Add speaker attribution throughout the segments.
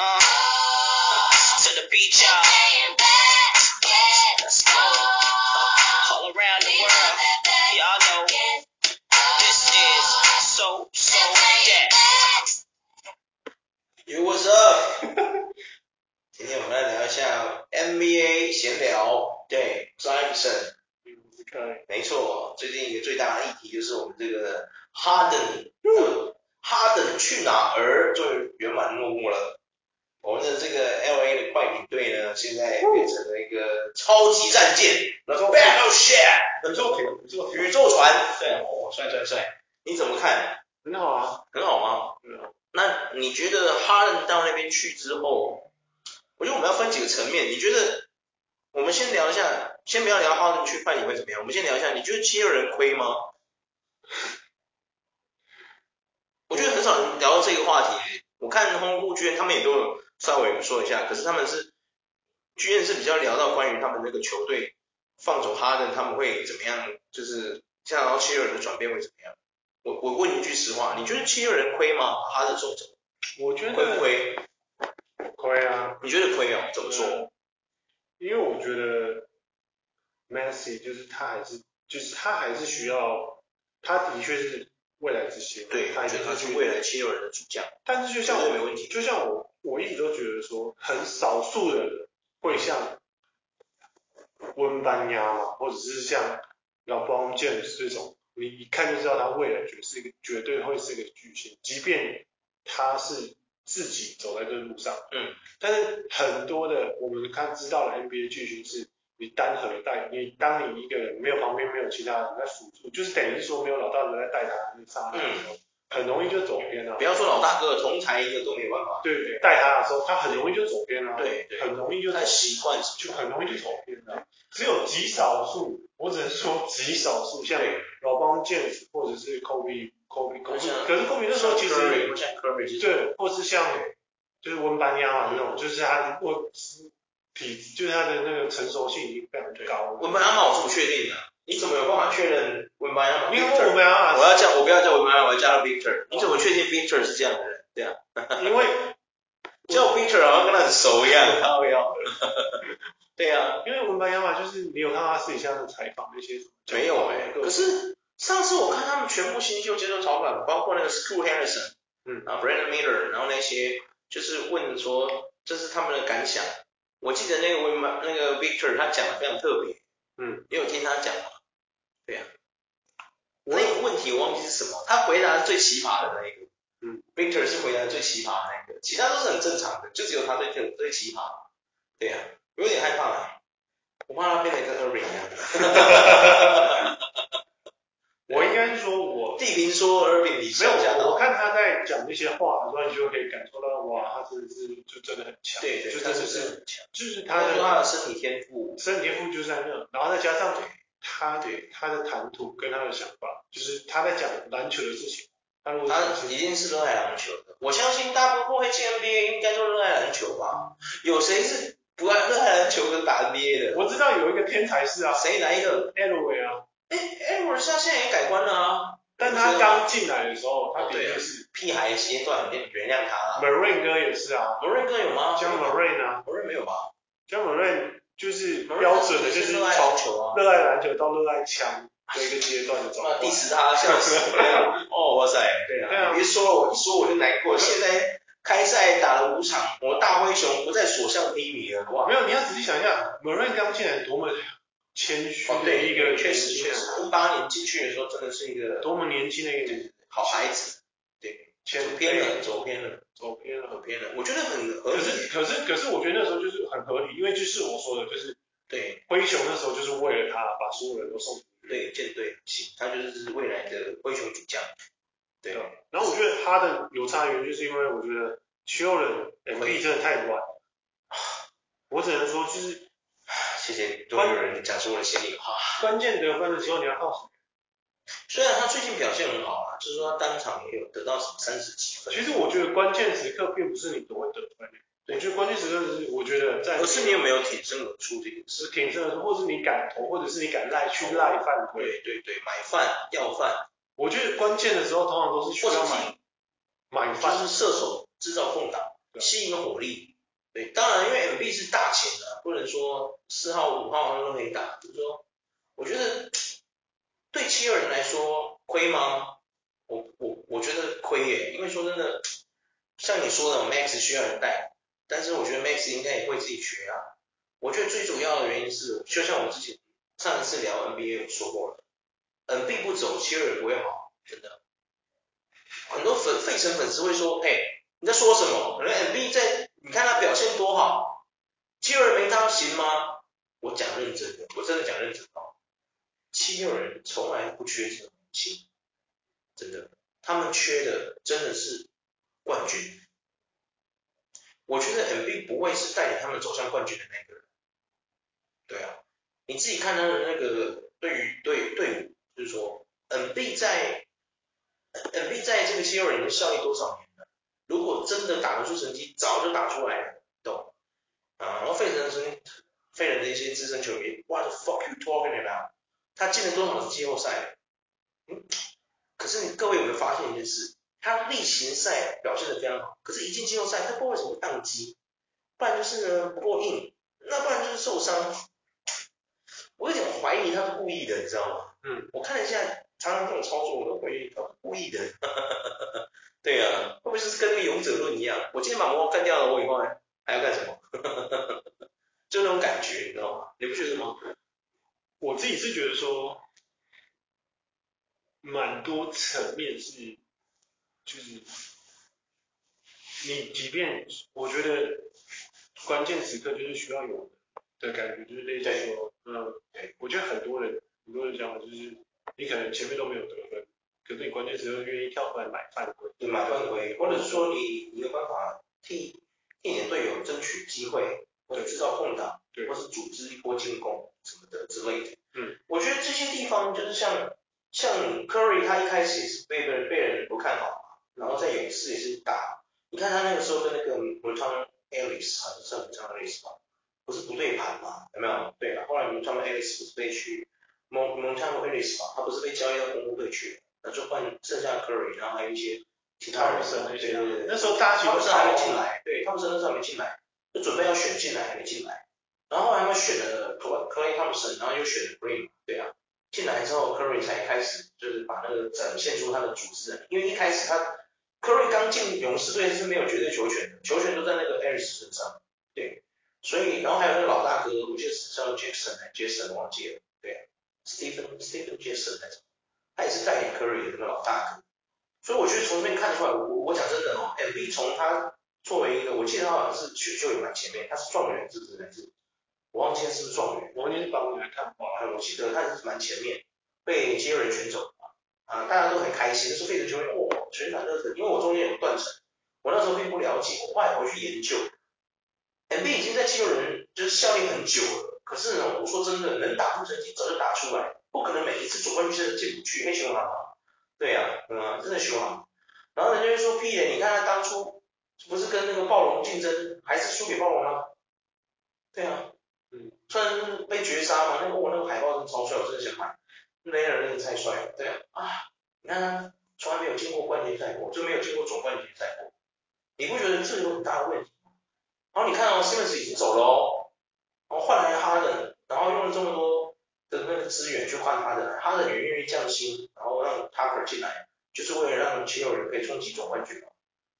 Speaker 1: Uh, so, so dead.
Speaker 2: You what's up？今天我们来聊一下 NBA 闲聊。对，我是艾弗森。
Speaker 1: 不可以，
Speaker 2: 没错，最近一个最大的议题就是我们这个哈登，呃哈登去哪儿终于圆满落幕了。我们的这个 LA 的快艇队呢，现在变成了一个超级战舰，然后 Battleship 宇宙
Speaker 1: 不错
Speaker 2: oh 宇宙船。
Speaker 1: 对，哦，帅帅帅，
Speaker 2: 你怎么看？
Speaker 1: 很好啊，
Speaker 2: 很好吗？
Speaker 1: 很好。
Speaker 2: 那你觉得哈登到那边去之后，我觉得我们要分几个层面。你觉得我们先聊一下，先不要聊哈登去快艇会怎么样，我们先聊一下，你觉得七六人亏吗？我觉得很少人聊到这个话题。我看红湖剧院他们也都有稍微说一下，可是他们是剧院是比较聊到关于他们那个球队放走哈登他们会怎么样，就是像然后七六人的转变会怎么样。我我问一句实话，你觉得七六人亏吗？哈登送走
Speaker 1: 我觉
Speaker 2: 亏不
Speaker 1: 得
Speaker 2: 亏？
Speaker 1: 亏啊，
Speaker 2: 你觉得亏哦？怎么说？？
Speaker 1: 因为我觉得 Messi 就是他还是就是他还是需要，他的确是未来之星，
Speaker 2: 对，
Speaker 1: 他
Speaker 2: 我
Speaker 1: 一
Speaker 2: 觉
Speaker 1: 定
Speaker 2: 得他
Speaker 1: 是
Speaker 2: 是未来七六人的主将，
Speaker 1: 但是就像
Speaker 2: 这个
Speaker 1: 我
Speaker 2: 没问题
Speaker 1: 就像我，我一直都觉得说，很少数的人会像温班亚嘛，或者是像老邦建这种，你一看就知道他未来绝是一个绝对会是一个巨星，即便他是自己走在这路上，
Speaker 2: 嗯，
Speaker 1: 但是很多的我们看知道的 NBA 巨星是。你单核带，你当你一个人没有旁边没有其他人在辅助，就是等于是说没有老大人在带他那个杀他的时候，很容易就走偏了、
Speaker 2: 不要说老大哥，同台一个都没办法。
Speaker 1: 对对，带他的时候，他很容易就走偏了、
Speaker 2: 对对，
Speaker 1: 很容易就
Speaker 2: 他习惯是
Speaker 1: 就很容易就走偏了、只有极少数，我只能说极少数，像老帮 James 或者是 Kobe Kobe
Speaker 2: 好像
Speaker 1: Kobe，可是 Kobe 那时候其实
Speaker 2: 像 Curry 其实
Speaker 1: 对，或是像就是温班亚嘛那种，就是他如果体就是他的那个成熟性已经非常高了。
Speaker 2: 文班亚马我是不确定的，你怎么有办法确认文班亚马？
Speaker 1: 因为温班亚
Speaker 2: 我要叫我不要叫文班亚马，我要叫 Victor。你怎么确定 Victor 是这样的人？对啊，
Speaker 1: 因为
Speaker 2: 叫 Victor 好像跟他很熟一样，靠腰。对啊，
Speaker 1: 因为温班亚嘛，就是你有看他私底下的采访那些什么，
Speaker 2: 没有哎、可是上次我看他们全部新秀接受采访，包括那个 Stu Harrison，
Speaker 1: 嗯
Speaker 2: 啊 Brandon Miller，然后那些就是问说这是他们的感想。我记得那个 Wim- 那个 Victor 他讲的非常特别，
Speaker 1: 嗯，
Speaker 2: 你有听他讲吗？对呀、那个问题我忘记是什么，他回答是最奇葩的那一个，
Speaker 1: 嗯
Speaker 2: ，Victor 是回答最奇葩的那个，其他都是很正常的，就只有他最最最奇葩，对呀、我有点害怕、啊，我怕他变得跟 Irving 一样。 啊
Speaker 1: 我应该说我
Speaker 2: 地平说 Irving 你
Speaker 1: 没
Speaker 2: 笑啊吓
Speaker 1: 有，我
Speaker 2: 到，
Speaker 1: 看他在讲那些话的时候，你就可以感受到，哇，他真的是就真的很强，
Speaker 2: 对对，
Speaker 1: 就
Speaker 2: 他
Speaker 1: 真
Speaker 2: 就
Speaker 1: 的
Speaker 2: 是
Speaker 1: 是
Speaker 2: 很强，
Speaker 1: 就是他
Speaker 2: 他说他
Speaker 1: 的
Speaker 2: 的身体天赋，
Speaker 1: 身体天赋就在那，然后再加上
Speaker 2: 对
Speaker 1: 他
Speaker 2: 对
Speaker 1: 他的谈吐跟他的想法，就是他在讲篮球的事情，他如果
Speaker 2: 他
Speaker 1: 是
Speaker 2: 一定是热爱篮球的。我相信大部分会进 NBA 应该都热爱篮球吧，有谁是不爱热爱篮球跟打 NBA 的？
Speaker 1: 我知道有一个天才是啊
Speaker 2: 谁来的？
Speaker 1: ，Elway 啊，
Speaker 2: 哎 e d w a r d 他现在也改观了啊，
Speaker 1: 但他刚进来的时候，他的
Speaker 2: 对啊
Speaker 1: 确是
Speaker 2: 屁孩阶段你原谅他啊。
Speaker 1: ，Marine 哥也是啊，
Speaker 2: 某人哥有吗？
Speaker 1: 像
Speaker 2: 某
Speaker 1: Marine 啊
Speaker 2: 人没有吧？
Speaker 1: 像 Marine 就是
Speaker 2: 某人
Speaker 1: 标准的就是
Speaker 2: 热爱篮
Speaker 1: 从
Speaker 2: 球啊。
Speaker 1: 热爱篮球到热爱枪的一个阶段的转
Speaker 2: 啊
Speaker 1: 换，
Speaker 2: diss 他笑死！对 啊哦，哇塞，对
Speaker 1: 对啊
Speaker 2: 啊，你一说了我一说我就难过。现在开赛打了五场，我大灰熊不再所向披靡了，哇！
Speaker 1: 没有，你要仔细想一下 m a r i n 刚进来多么谦虚
Speaker 2: 哦，
Speaker 1: 的
Speaker 2: 对，
Speaker 1: 一个
Speaker 2: 确
Speaker 1: 年
Speaker 2: 实
Speaker 1: 轻
Speaker 2: 确
Speaker 1: 人
Speaker 2: 实
Speaker 1: 啊，，
Speaker 2: 一八年进去的时候真的是一个
Speaker 1: 多么年轻的一个年
Speaker 2: 好孩子，
Speaker 1: 前
Speaker 2: 走偏了，走偏了，
Speaker 1: 走偏
Speaker 2: 走
Speaker 1: 了。
Speaker 2: 偏了，我觉得很合
Speaker 1: 可
Speaker 2: 理。
Speaker 1: 是可是可是，我觉得那时候就是很合理，因为就是我说的，就是
Speaker 2: 对
Speaker 1: 灰熊那时候就是为了他把所有人都送出去。
Speaker 2: 对，舰队很行，他就是未来的灰熊主将。对，
Speaker 1: 然后我觉得他的有差原因，就是因为我觉得七六人 M B 真的太软了。 我只能说，就是
Speaker 2: 谢谢，终于有人讲出我的心里话。
Speaker 1: 关键得分的时候，你要靠什么？
Speaker 2: 虽然他最近表现很好啊，就是说他单场也有得到三十几分，
Speaker 1: 其实我觉得关键时刻并不是你多会得分，我觉得关键时刻是，我觉得在
Speaker 2: 而是你有没有挺身而出这件事。
Speaker 1: 是挺身而出，或是你敢投，或者是你敢赖去赖犯规。
Speaker 2: 对对对，买饭要饭，
Speaker 1: 我觉得关键的时候，通常都是需
Speaker 2: 或者
Speaker 1: 要
Speaker 2: 是
Speaker 1: 买买
Speaker 2: 就
Speaker 1: 饭。
Speaker 2: 是射手制造空档，
Speaker 1: 对
Speaker 2: 吸引火力。对，当然因为 MB 是大前啊，不能说四号、五号他都可以打。就是说，我觉得对七六人来说亏吗？我我我觉说真的，像你说的，Max 需要人带，但是我觉得 Max 应该也会自己学啊。我觉得最主要的原因是，就像我之前上一次聊 NBA 有说过的，NBA 不走，切尔也不会好，真的。很多粉费城粉丝会说，哎、你在说什么？人家 NBA 在，你看他表现多好，切尔没他行吗？我讲认真的，我真的讲认真的哦。七六人从来不缺这种明星，真的，他们缺的真的是冠军。我觉得 M B 不会是带领他们走向冠军的那个人。对啊，你自己看他的那个对于队队伍，就是说 M B 在 M B 呃在这个七六人已经效力多少年了？如果真的打得出成绩，早就打出来了，懂？啊，然后费城的成费城的一些资深球迷，What the fuck you talking about？他进了多少次季后赛？嗯，可是你各位有没有发现一件事？他例行赛表现的非常好，可是一进季后赛，他不知道为什么宕机，不然就是呢不够硬，那不然就是受伤。我有点怀疑他是故意的，你知道吗？
Speaker 1: 嗯，
Speaker 2: 我看了一下，常常这种操作，我都怀疑他是故意的。对啊，会不会是跟那个勇者论一样？我今天把魔王干掉了，我以后还还要干什么？ 就那种感觉，你知道吗？你不觉得吗？
Speaker 1: 我自己是觉得说，蛮多层面是，就是你即便我觉得关键时刻就是需要有的感觉，就是类似说，嗯，我觉得很多人很多人想法就是，你可能前面都没有得分，可是你关键时刻愿意跳出来买犯规，
Speaker 2: 对买犯规，或者是说你你有办法替替你的队友争取机会，或者制造空档，
Speaker 1: 对
Speaker 2: 或是组织一波进攻什么的之类的。
Speaker 1: 嗯，
Speaker 2: 我觉得这些地方就是像像 Curry 他一开始也是被人被人不看好嘛，然后在勇士也是打，你看他那个时候跟那个 m u t a n Ellis 还是叫 m u t a n Ellis 吧，不是不对盘嘛，有没有？对吧？后来 m u t a n Ellis 不是被去 m u t a n Ellis 吧，他不是被交易到公路队去了，那就换剩下 Curry，然后还有一些其他人，
Speaker 1: Thompson 那
Speaker 2: 对
Speaker 1: 些
Speaker 2: 对对，
Speaker 1: 那时候大家
Speaker 2: 他
Speaker 1: 都
Speaker 2: 们是还没进来，对，他们真的是还没进来，就准备要选进来，还没进来。然后后来他们选了 Clay Thompson，然后又选了 Green，对啊，进来之后 Curry 才开始就是把那个展现出他的组织能力，因为一开始他 Curry 刚进勇士队是没有绝对球权的，球权都在那个 Harris 身上，对，所以然后还有那个老大哥，我记得是叫 Jackson 还是 Jason 忘记了，对啊，Stephen Stephen Jackson 还是什么，他也是带领 Curry 的那个老大哥。所以我觉得从这边看出来，我我讲真的哦，M B 从他作为一个，我记得他好像是选秀也蛮前面，他是状元是不是？还是我忘记他是不是状元，
Speaker 1: 我那天是帮你来看花，
Speaker 2: 啊，我记得他是蛮前面，被接人选走啊，大家都很开心，说费城球员哇，全场热忱，因为我中间有断层，我那时候并不了解，我后来回去研究，M B 已经在七六人就是效力很久了，可是呢，我说真的，能打出成绩早就打出来，不可能每一次总冠军赛都进不去，黑熊啊。对呀、啊，嗯，真的熊啊。然后人家就说屁嘞，你看他当初不是跟那个暴龙竞争，还是输给暴龙吗？对啊，
Speaker 1: 嗯，
Speaker 2: 虽然被绝杀嘛，那个我那个海报真的超帅，我真的想买，雷尔真的太帅了，对啊，啊，你看他从来没有进过冠军赛过，就没有进过总冠军赛过，你不觉得这有很大的问题吗？然后你看哦，Simmons 已经走了哦，然后换来哈登，然后用了这么多的那个资源去换哈登来，哈登也愿意降薪，然后让 Tucker 进来，就是为了让七六人可以冲击总冠军嘛。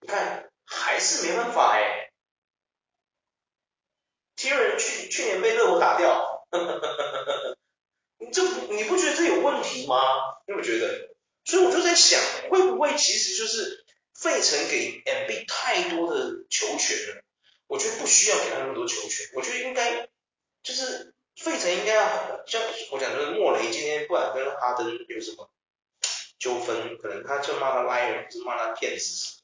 Speaker 2: 你看，还是没办法哎、七六人去去年被热火打掉， 你这不你不觉得这有问题吗？你有没有觉得？所以我就在想，会不会其实就是费城给 MB 太多的球权了？我觉得不需要给他那么多球权，我觉得应该就是费城应该要像我讲的，莫雷今天不管跟哈登有什么纠纷，可能他就骂他 liar，就是骂他骗子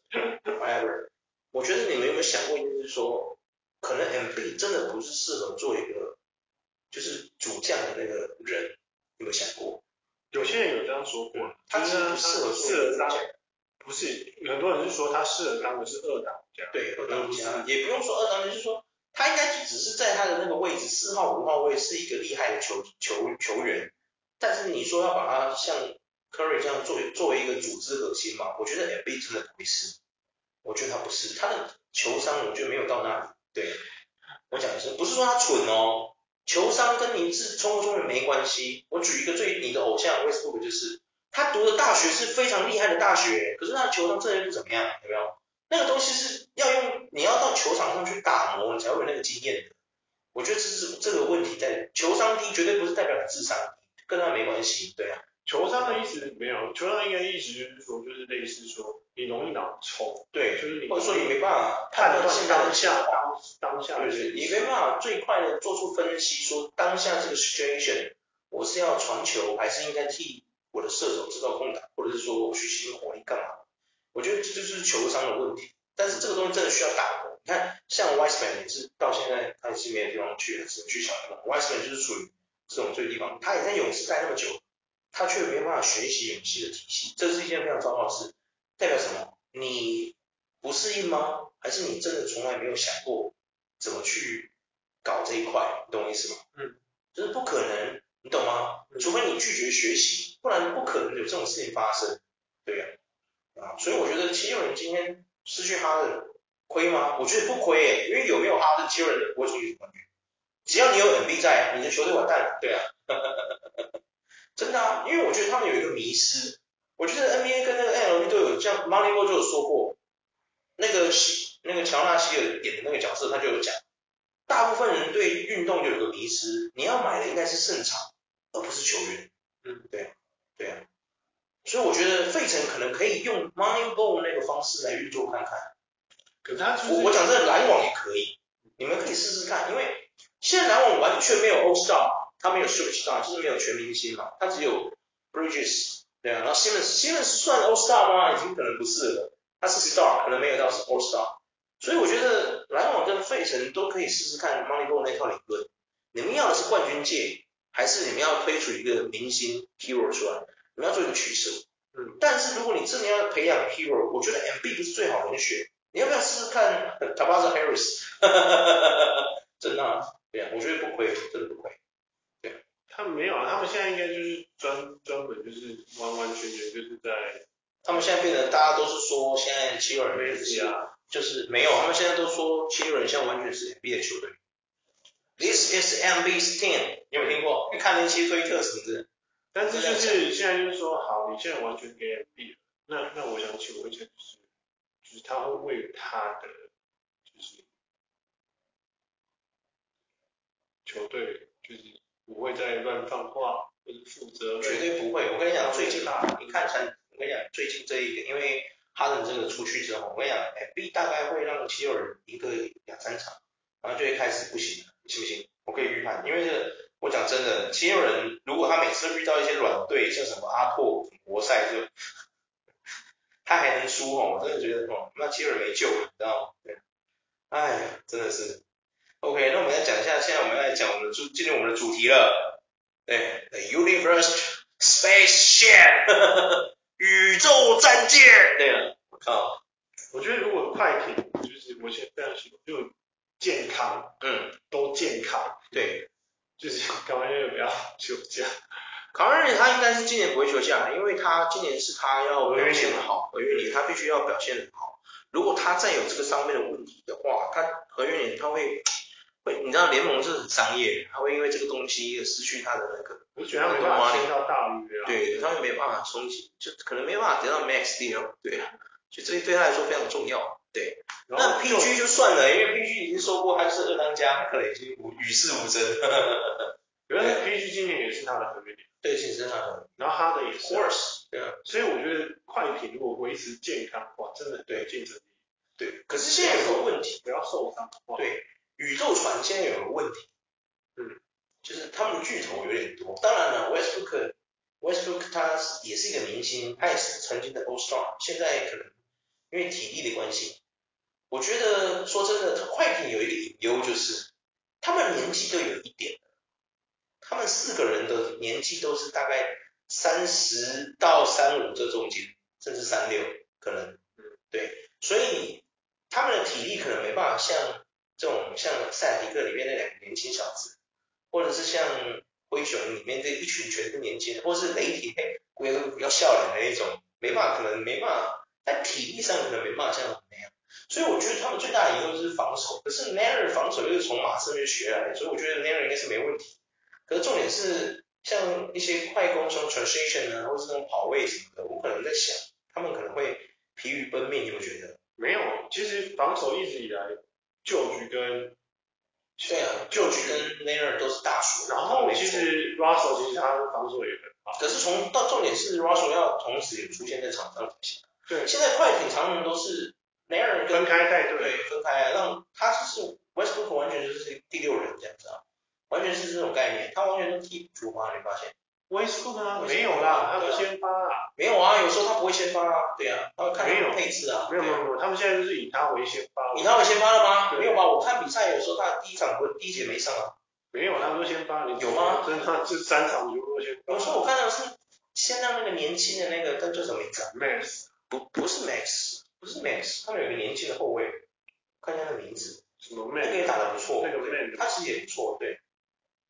Speaker 2: ，whatever。我觉得你们有没有想过，就是说，可能 MB 真的不是适合做一个就是主将的那个人，有没有想过？
Speaker 1: 有些人有这样说过，
Speaker 2: 他其实
Speaker 1: 是他
Speaker 2: 不适合做一
Speaker 1: 适合
Speaker 2: 个主
Speaker 1: 当
Speaker 2: 将，
Speaker 1: 不是很多人是说他适合当的是啊二打这样，
Speaker 2: 对，二当家也不用说二当家，就是说他应该就只是在他的那个位置，四号五号位是一个厉害的球球球员，但是你说要把他像 Curry 这样作为作为一个组织核心嘛，我觉得 MB 真的不是，我觉得他不是，他的球商我觉得没有到那里。对，我讲的是不是说他蠢哦？球商跟你是聪不聪明没关系。我举一个最你的偶像 Westbrook 就是，他读的大学是非常厉害的大学，可是他的球上策略不怎么样，有没有？那个东西是要用你要到球场上去打磨，你才会有那个经验的。我觉得这是这个问题在球商低，绝对不是代表你智商低，跟他没关系，对啊，
Speaker 1: 球商的意思没有，球商应该意思就是说，就是类似说你容易脑冲，就
Speaker 2: 对，
Speaker 1: 是你
Speaker 2: 或者说你没办法
Speaker 1: 判
Speaker 2: 判断
Speaker 1: 断
Speaker 2: 现在
Speaker 1: 当
Speaker 2: 的
Speaker 1: 下当当下的
Speaker 2: 对
Speaker 1: 事
Speaker 2: 对，你
Speaker 1: 情
Speaker 2: 没办法最快的做出分析，说当下这个 situation，我是要传球，还是应该替我的射手制造空档，或者是说我去吸引火力干嘛？我觉得这就是球商的问题，但是这个东西真的需要打磨。你看，像 Wiseman 也是到现在他也是没有地方去，他只能去小联盟。Wiseman 就是属于这种最地方，他也在勇士待那么久，他却没办法学习勇士的体系，这是一件非常糟糕的事。代表什么？你不适应吗？还是你真的从来没有想过怎么去搞这一块，你懂我意思吗？
Speaker 1: 嗯，
Speaker 2: 就是不可能，你懂吗？
Speaker 1: 嗯
Speaker 2: 除非你拒绝学习，不然不可能有这种事情发生，对呀、啊，所以我觉得七六人今天失去哈登亏吗？我觉得不亏耶、因为有没有哈登，七六人不会出去冠军。只要你有 NB 在，你的球队完蛋了，对啊， 真的啊，因为我觉得他们有一个迷失，我觉得 NBA 跟那个 MLB 都有，像 Moneyball 就有说过，那个西那个乔纳希尔演的那个角色，他就有讲。大部分人对运动有个迷失，你要买的应该是胜场，而不是球员。
Speaker 1: 嗯，
Speaker 2: 对，对啊。所以我觉得费城可能可以用 Moneyball 那个方式来运作看看。
Speaker 1: 可是他就是
Speaker 2: 我我讲真的，篮网也可以，你们可以试试看，因为现在篮网完全没有 O Star，他没有 Super Star，就是没有全明星嘛，他只有 Bridges，对啊，然后 Simmons，Simmons 算 O Star 吗？已经可能不是了，他是 Star，可能没有到 O Star，所以我觉得篮网跟费城都可以试试看 Moneyball 那套理论，你们要的是冠军戒，还是你们要推出一个明星 hero 出来？你们要做一个取舍。
Speaker 1: 嗯，
Speaker 2: 但是如果你真的要培养 hero，我觉得 M B 不是最好的人选。你要不要试试看 t a b a z a Harris？真的、啊，对啊，我觉得不亏，真的不亏。
Speaker 1: 他们没有啊，他们现在应该就是专专门就是完完全全就是在
Speaker 2: 他们现在变得大家都是说现在七六人
Speaker 1: 梅
Speaker 2: 就是
Speaker 1: 西啊，
Speaker 2: 就是没有，他们现在都说七六人现在完全是 M B 的球队。This is M B's team，你有没有听过？看那些推特什么的，
Speaker 1: 但是就是现在就是说，好，你现在完全给 MB 了，那那我想请问一下，就是就是他会为他的就是球队就是不会再乱放话，或者负责
Speaker 2: 绝
Speaker 1: 任，
Speaker 2: 对不会。我跟你讲，最近啊，你看成，我跟你讲，最近这一个，因为哈登这个出去之后，我跟你讲，FB 大概会让七六人赢个两三场，然后就会开始不行了，信不信？我可以预判，因为这个我讲真的，七六人如果他每次遇到一些软队，像什么阿拓、活塞就， 他还能输哦，我真的觉得哦，那七六人没救了，你知道吗？对，哎呀，真的是。OK，那我们来讲一下，现在我们来讲我们的主进入我们的主题了。对，The Universe Spaceship，宇 宙战舰。对了，我靠，
Speaker 1: 我觉得如果快艇就是我现在非常喜欢，就健康
Speaker 2: 嗯，
Speaker 1: 都健康，
Speaker 2: 对，
Speaker 1: 就是干嘛就不要休假，
Speaker 2: 卡瑞他应该是今年不会休假，因为他今年是他要表现得好，合约年他必须要表现得好。如果他再有这个上面的问题的话，他合约年他会会，你知道联盟是很商业，他会因为这个东西而失去他的那个
Speaker 1: 我就觉得他没办法签到大约啊，
Speaker 2: 对，他们没办法冲击，就可能没办法得到 max deal，对啊，就这对他来说非常重要。对，
Speaker 1: 然后
Speaker 2: 那 PG 就算了，因为 PG 已经说过他是二当家，可能已经无与世无争。
Speaker 1: 原来 PG 今年也是他的合约年，
Speaker 2: 对，其实啊
Speaker 1: 然后哈登也
Speaker 2: ，of
Speaker 1: 是啊，
Speaker 2: course，对啊，
Speaker 1: 所以我觉得快艇如果维持健康的话，真的很有竞争力，
Speaker 2: 对。可是现在有个问题，
Speaker 1: 不要受伤的话，
Speaker 2: 对，宇宙船现在有个问题，
Speaker 1: 嗯，
Speaker 2: 就是他们巨头有点多。当然了，Westbrook，Westbrook 他是也是一个明星，他也是曾经的 All Star，现在可能因为体力的关系，我觉得说真的，快艇有一个隐忧就是，他们年纪都有一点了，他们四个人的年纪都是大概三十到三五这中间，甚至三六可能，对，所以他们的体力可能没办法像这种像塞尔迪克里面那两个年轻小子，或者是像灰熊里面这一群全是年轻人，或是雷霆嘿，我也是比较笑脸的那一种，没办法，可能没办法，在体力上可能没办法像他们那样。所以我觉得他们最大的疑问就是防守，可是 Nair 防守又是从马刺那边学来的，所以我觉得 Nair 应该是没问题。可是重点是像一些快攻，像 transition 啊，或是那种跑位什么的，我可能在想，他们可能会疲于奔命，你有没有觉得？
Speaker 1: 没有，其实防守一直以来，旧局跟
Speaker 2: 对啊，旧局跟 Nair 都是大叔，
Speaker 1: 然后其实 Russell 其实他防守也很好，
Speaker 2: 可是从到重点是 Russell 要同时也出现在场上才行。
Speaker 1: 对
Speaker 2: 现在快艇常人都是 Nair
Speaker 1: 分
Speaker 2: 跟
Speaker 1: 开带队。
Speaker 2: 对分开，啊让他就是 Westbrook 完全就是第六人这样子啊，完全是这种概念，他完全是替补出发，你发现？
Speaker 1: Westbrook 啊，没有啦，他不先发啦，
Speaker 2: 没有啊，有时候他不会先发啊，对啊，他会看他
Speaker 1: 没有
Speaker 2: 的配置啊，
Speaker 1: 没有没
Speaker 2: 对
Speaker 1: 有
Speaker 2: 啊
Speaker 1: 没有，他们现在就是以他为先发，
Speaker 2: 你他有先发了吗？
Speaker 1: 对
Speaker 2: 没有吧？我看比赛有时候他第一场不第一节没上啊。
Speaker 1: 没有，他们都先发，你
Speaker 2: 有吗
Speaker 1: 真的这三场我就都先
Speaker 2: 有时
Speaker 1: 发。
Speaker 2: 候我看到是先让那个年轻的那个叫叫什么名字啊？
Speaker 1: Max
Speaker 2: 不不是 Max，不是 Max，他们有个年轻的后卫，看一下他的名字，
Speaker 1: 什么
Speaker 2: 那
Speaker 1: Max
Speaker 2: 个也打得不错，
Speaker 1: 那个 Man，
Speaker 2: 他其实也不错，对，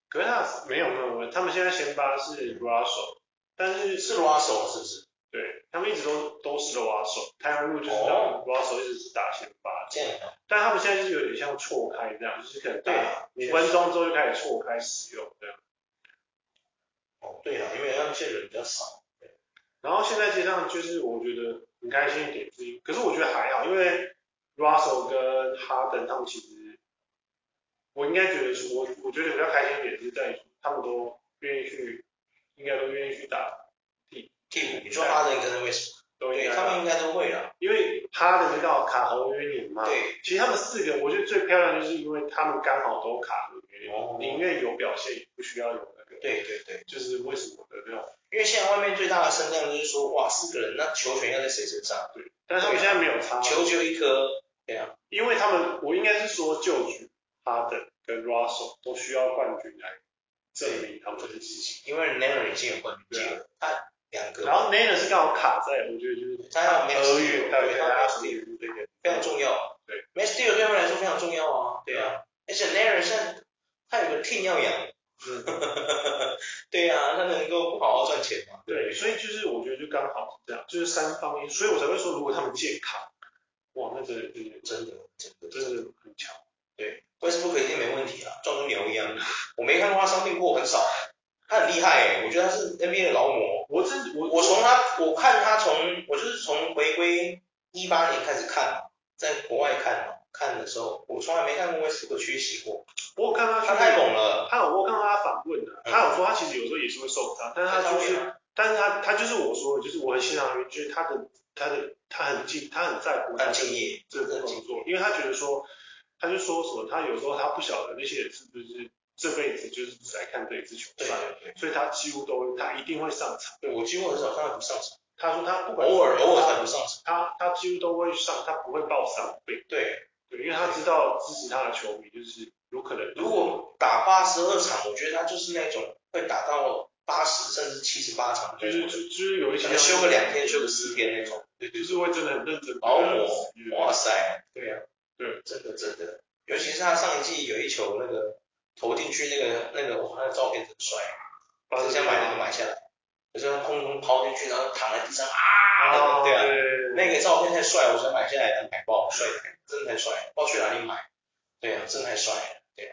Speaker 1: 可是他没有没有没有，他们现在先发
Speaker 2: 嗯
Speaker 1: 是 Russell，但是
Speaker 2: 是 Russell 是不是？
Speaker 1: 对他们一直都都是 Russell，台湾路就是
Speaker 2: 哦
Speaker 1: 让 Russell 一直是打先发的，
Speaker 2: 这样的，
Speaker 1: 但他们现在就是有点像错开这样，就是可能
Speaker 2: 对
Speaker 1: 打
Speaker 2: 啊，
Speaker 1: 五分钟之后就开始错开使用这样。
Speaker 2: 哦，对了，因为他们现在人比较少，
Speaker 1: 然后现在街上就是我觉得很开心一点是，可是我觉得还好，因为 Russell 跟哈登他们其实，我应该觉得说，我我觉得比较开心一点是在于他们都愿意去，应该都愿意去打，
Speaker 2: 替补，你说哈登跟 w e s
Speaker 1: 都应
Speaker 2: 对，
Speaker 1: 该
Speaker 2: 他
Speaker 1: 打，
Speaker 2: 们应该都会啦，
Speaker 1: 因为哈登是刚好卡侯约年嘛，
Speaker 2: 对，
Speaker 1: 其实他们四个我觉得最漂亮就是因为他们刚好都卡侯约
Speaker 2: 哦
Speaker 1: 年，宁愿有表现也不需要有那个，
Speaker 2: 对对对，
Speaker 1: 就是为什么的那种，
Speaker 2: 因为现在外面最大的声量就是说，哇，四个人，那球权要在谁身上？
Speaker 1: 但是他们现在没有差，
Speaker 2: 球只有一颗，对啊，
Speaker 1: 因为他们，我应该是说旧局哈登跟 Russell 都需要冠军来证明他们的事情。
Speaker 2: 因为 Nair 已经有冠军戒指了，他两个，
Speaker 1: 然后 n a n 是刚好卡在，我觉得就是
Speaker 2: 他要 Max
Speaker 1: 俄语，他
Speaker 2: 对，
Speaker 1: 有
Speaker 2: 他
Speaker 1: 他
Speaker 2: Max
Speaker 1: 俄语，对对，
Speaker 2: 非常重要。
Speaker 1: 对
Speaker 2: ，Max Deal 对他们来说非常重要啊。对啊，而且 Nair 现在他有个 team 要养。嗯 对啊，他能够不好好赚钱吗？
Speaker 1: 对，所以就是我觉得就刚好是这样，就是三方面，所以我才会说，如果他们健康，哇，那真的就是
Speaker 2: 真的，真的，真的
Speaker 1: 真的很强。
Speaker 2: ，Westbrook 一定没问题啊，撞成牛一样。我没看过他伤病过很少，他很厉害哎、我觉得他是 NBA 的劳模。
Speaker 1: 我真我
Speaker 2: 我从他，我看他从，我就是从回归一八年开始看，在国外看看的时候，我从来没看过 Westbrook 缺席过，
Speaker 1: 我有看他
Speaker 2: 他太猛了。
Speaker 1: 他有我有看到他访问的，
Speaker 2: 嗯
Speaker 1: 他有说他其实有时候也是会受伤，但是他就是
Speaker 2: 啊
Speaker 1: 但是他他就是我说的，就是我很欣赏的原因，就是他的他的他很敬，他很在乎他
Speaker 2: 很
Speaker 1: 的
Speaker 2: 敬业，
Speaker 1: 这份工作，因为他觉得说，他就说什么，他有时候他不晓得那些人是不是这辈子就是只来看这一支球
Speaker 2: 对
Speaker 1: 赛，
Speaker 2: 对对。
Speaker 1: 所以他几乎都他一定会上场。
Speaker 2: 对，我几乎很少看到不上场，
Speaker 1: 他说他不管
Speaker 2: 偶尔偶尔才不上场。
Speaker 1: 他他几乎都会上，他不会抱伤病，
Speaker 2: 对，
Speaker 1: 对，因为他知道支持他的球迷就是有可能
Speaker 2: 如果打八十二场，我觉得他就是那种会打到八十甚至七十八场
Speaker 1: 就
Speaker 2: 那
Speaker 1: 是
Speaker 2: 种，
Speaker 1: 就就是有一
Speaker 2: 可
Speaker 1: 些
Speaker 2: 能休个两天，休个四天那种。对对
Speaker 1: 就是会真的很认真
Speaker 2: 劳模
Speaker 1: 对
Speaker 2: 哇塞，对啊，
Speaker 1: 对，
Speaker 2: 真的真的，尤其是他上一季有一球那个投进去那个那个，哇，那个照片真帅，
Speaker 1: 把
Speaker 2: 真
Speaker 1: 这
Speaker 2: 想
Speaker 1: 些
Speaker 2: 把
Speaker 1: 买
Speaker 2: 那个买下来，就是他空中抛进去，然后躺在地上啊，那
Speaker 1: 啊，
Speaker 2: 个对啊，
Speaker 1: 对
Speaker 2: 那个照片太帅，我想买下来当海报，帅，真的太帅，不知道去哪里买。对啊，真的太帅了，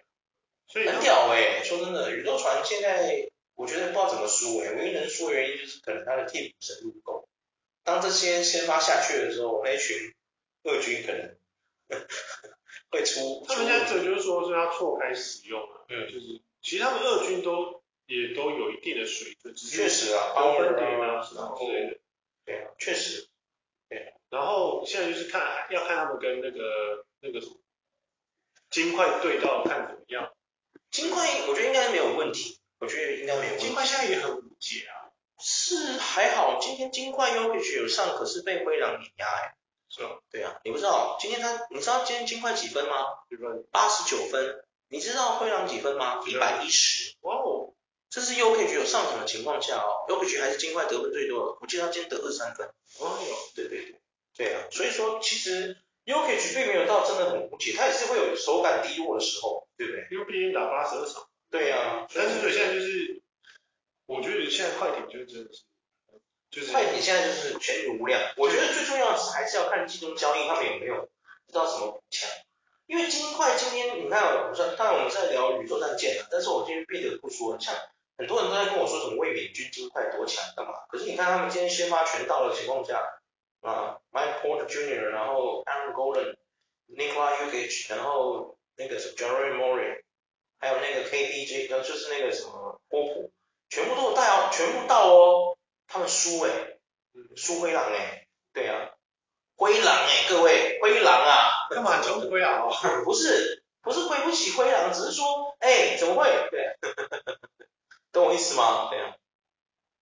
Speaker 1: 所以
Speaker 2: 很屌哎、说真的，宇宙船现在我觉得不知道怎么输哎、唯一能输的原因就是可能他的替补深度不够。当这些先发下去的时候，那一群二军可能 会出。
Speaker 1: 他们现在这个就是说是要错开使用啊，
Speaker 2: 嗯
Speaker 1: 就是其实他们二军都也都有一定的水准，只
Speaker 2: 确
Speaker 1: 是
Speaker 2: 实啊，
Speaker 1: 高分点
Speaker 2: 啊
Speaker 1: 啊，
Speaker 2: 然后
Speaker 1: 之类的。
Speaker 2: 对啊，确实
Speaker 1: 然后现在就是看要看他们跟那个那个什么金块对到看怎么样，
Speaker 2: 金块我觉得应该没有问题，我觉得应该没有问
Speaker 1: 金
Speaker 2: 题。
Speaker 1: 块现在也很无解啊，
Speaker 2: 是还好，今天金块 u k i 有上，可是被灰狼碾压哎、
Speaker 1: 是吧？
Speaker 2: 对啊，你不知道今天他，你知道今天金块几分吗？
Speaker 1: 对吧？
Speaker 2: 八十九分，你知道灰狼几分吗？一百一十。
Speaker 1: 哇哦，
Speaker 2: 这是 u k 有上场的情况下哦 u k 还是金块得分最多的，我记得他今天得二三分。
Speaker 1: 哇哦，
Speaker 2: 对对对，对啊，所以说其实 u k 并没有到真的很无解，他也是会有手感低落的时候，对不对？
Speaker 1: 因为毕竟打八十二场，
Speaker 2: 对啊，
Speaker 1: 但是现在就是我觉得现在快艇就真的是就是
Speaker 2: 快艇现在就是全无量，我觉得最重要的是还是要看季中交易他们有没有知道怎么补强，因为金块今天你看，我们说，当然我们在聊宇宙战舰了，但是我今天不得不说，像很多人都在跟我说什么卫冕军金块多强干嘛？可是你看他们今天先发全到的情况下，啊，Mike Porter Jr.，然后 Aaron Golden、Nikola Jokic，然后那个什么 Jerry Murray，还有那个 KPJ，呃，就是那个什么波普，全部都有带哦，全部到哦，他们输诶、输灰狼诶、对啊，灰狼诶、各位，灰狼啊，
Speaker 1: 干嘛球不会 啊？
Speaker 2: 不是不是对不起灰狼，只是说，哎、怎么会？对、啊， 懂我意思吗？对啊，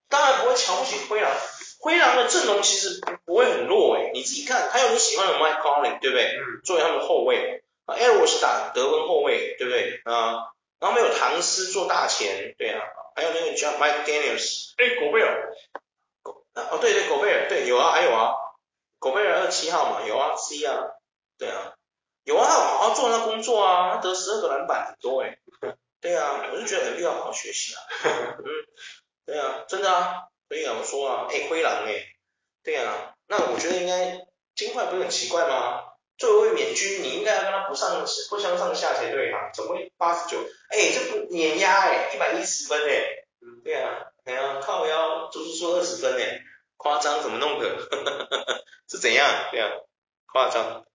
Speaker 2: 当然不会瞧不起灰狼，灰狼的阵容其实不不会很弱哎、你自己看，还有你喜欢的 Mike Conley，对不对？
Speaker 1: 嗯，
Speaker 2: 作为他们的后卫，啊 a r o 是打得分后卫，对不对？啊，然后没有唐斯做大前，对啊，还有那个 John Mike Daniels，
Speaker 1: 哎，狗贝尔，
Speaker 2: 啊哦对对，狗贝尔，对有啊，还有啊，狗贝尔二七号嘛，有啊，C 啊，对啊，有啊，他有好好做他工作啊，他得十二个篮板很多哎、对啊，我就觉得 NBA 要好好学习啊，嗯，对啊，真的啊，所以啊，我说啊，哎、灰狼哎、对啊，那我觉得应该金块不是很奇怪吗？作为卫冕军，你应该要跟他不上不相上下才对啊，怎么会八十九？哎，这不碾压哎、1一百一十分哎、
Speaker 1: 嗯
Speaker 2: 对啊，哎呀、靠腰就是说二十分哎、夸张怎么弄的？ 是怎样？对啊，夸张，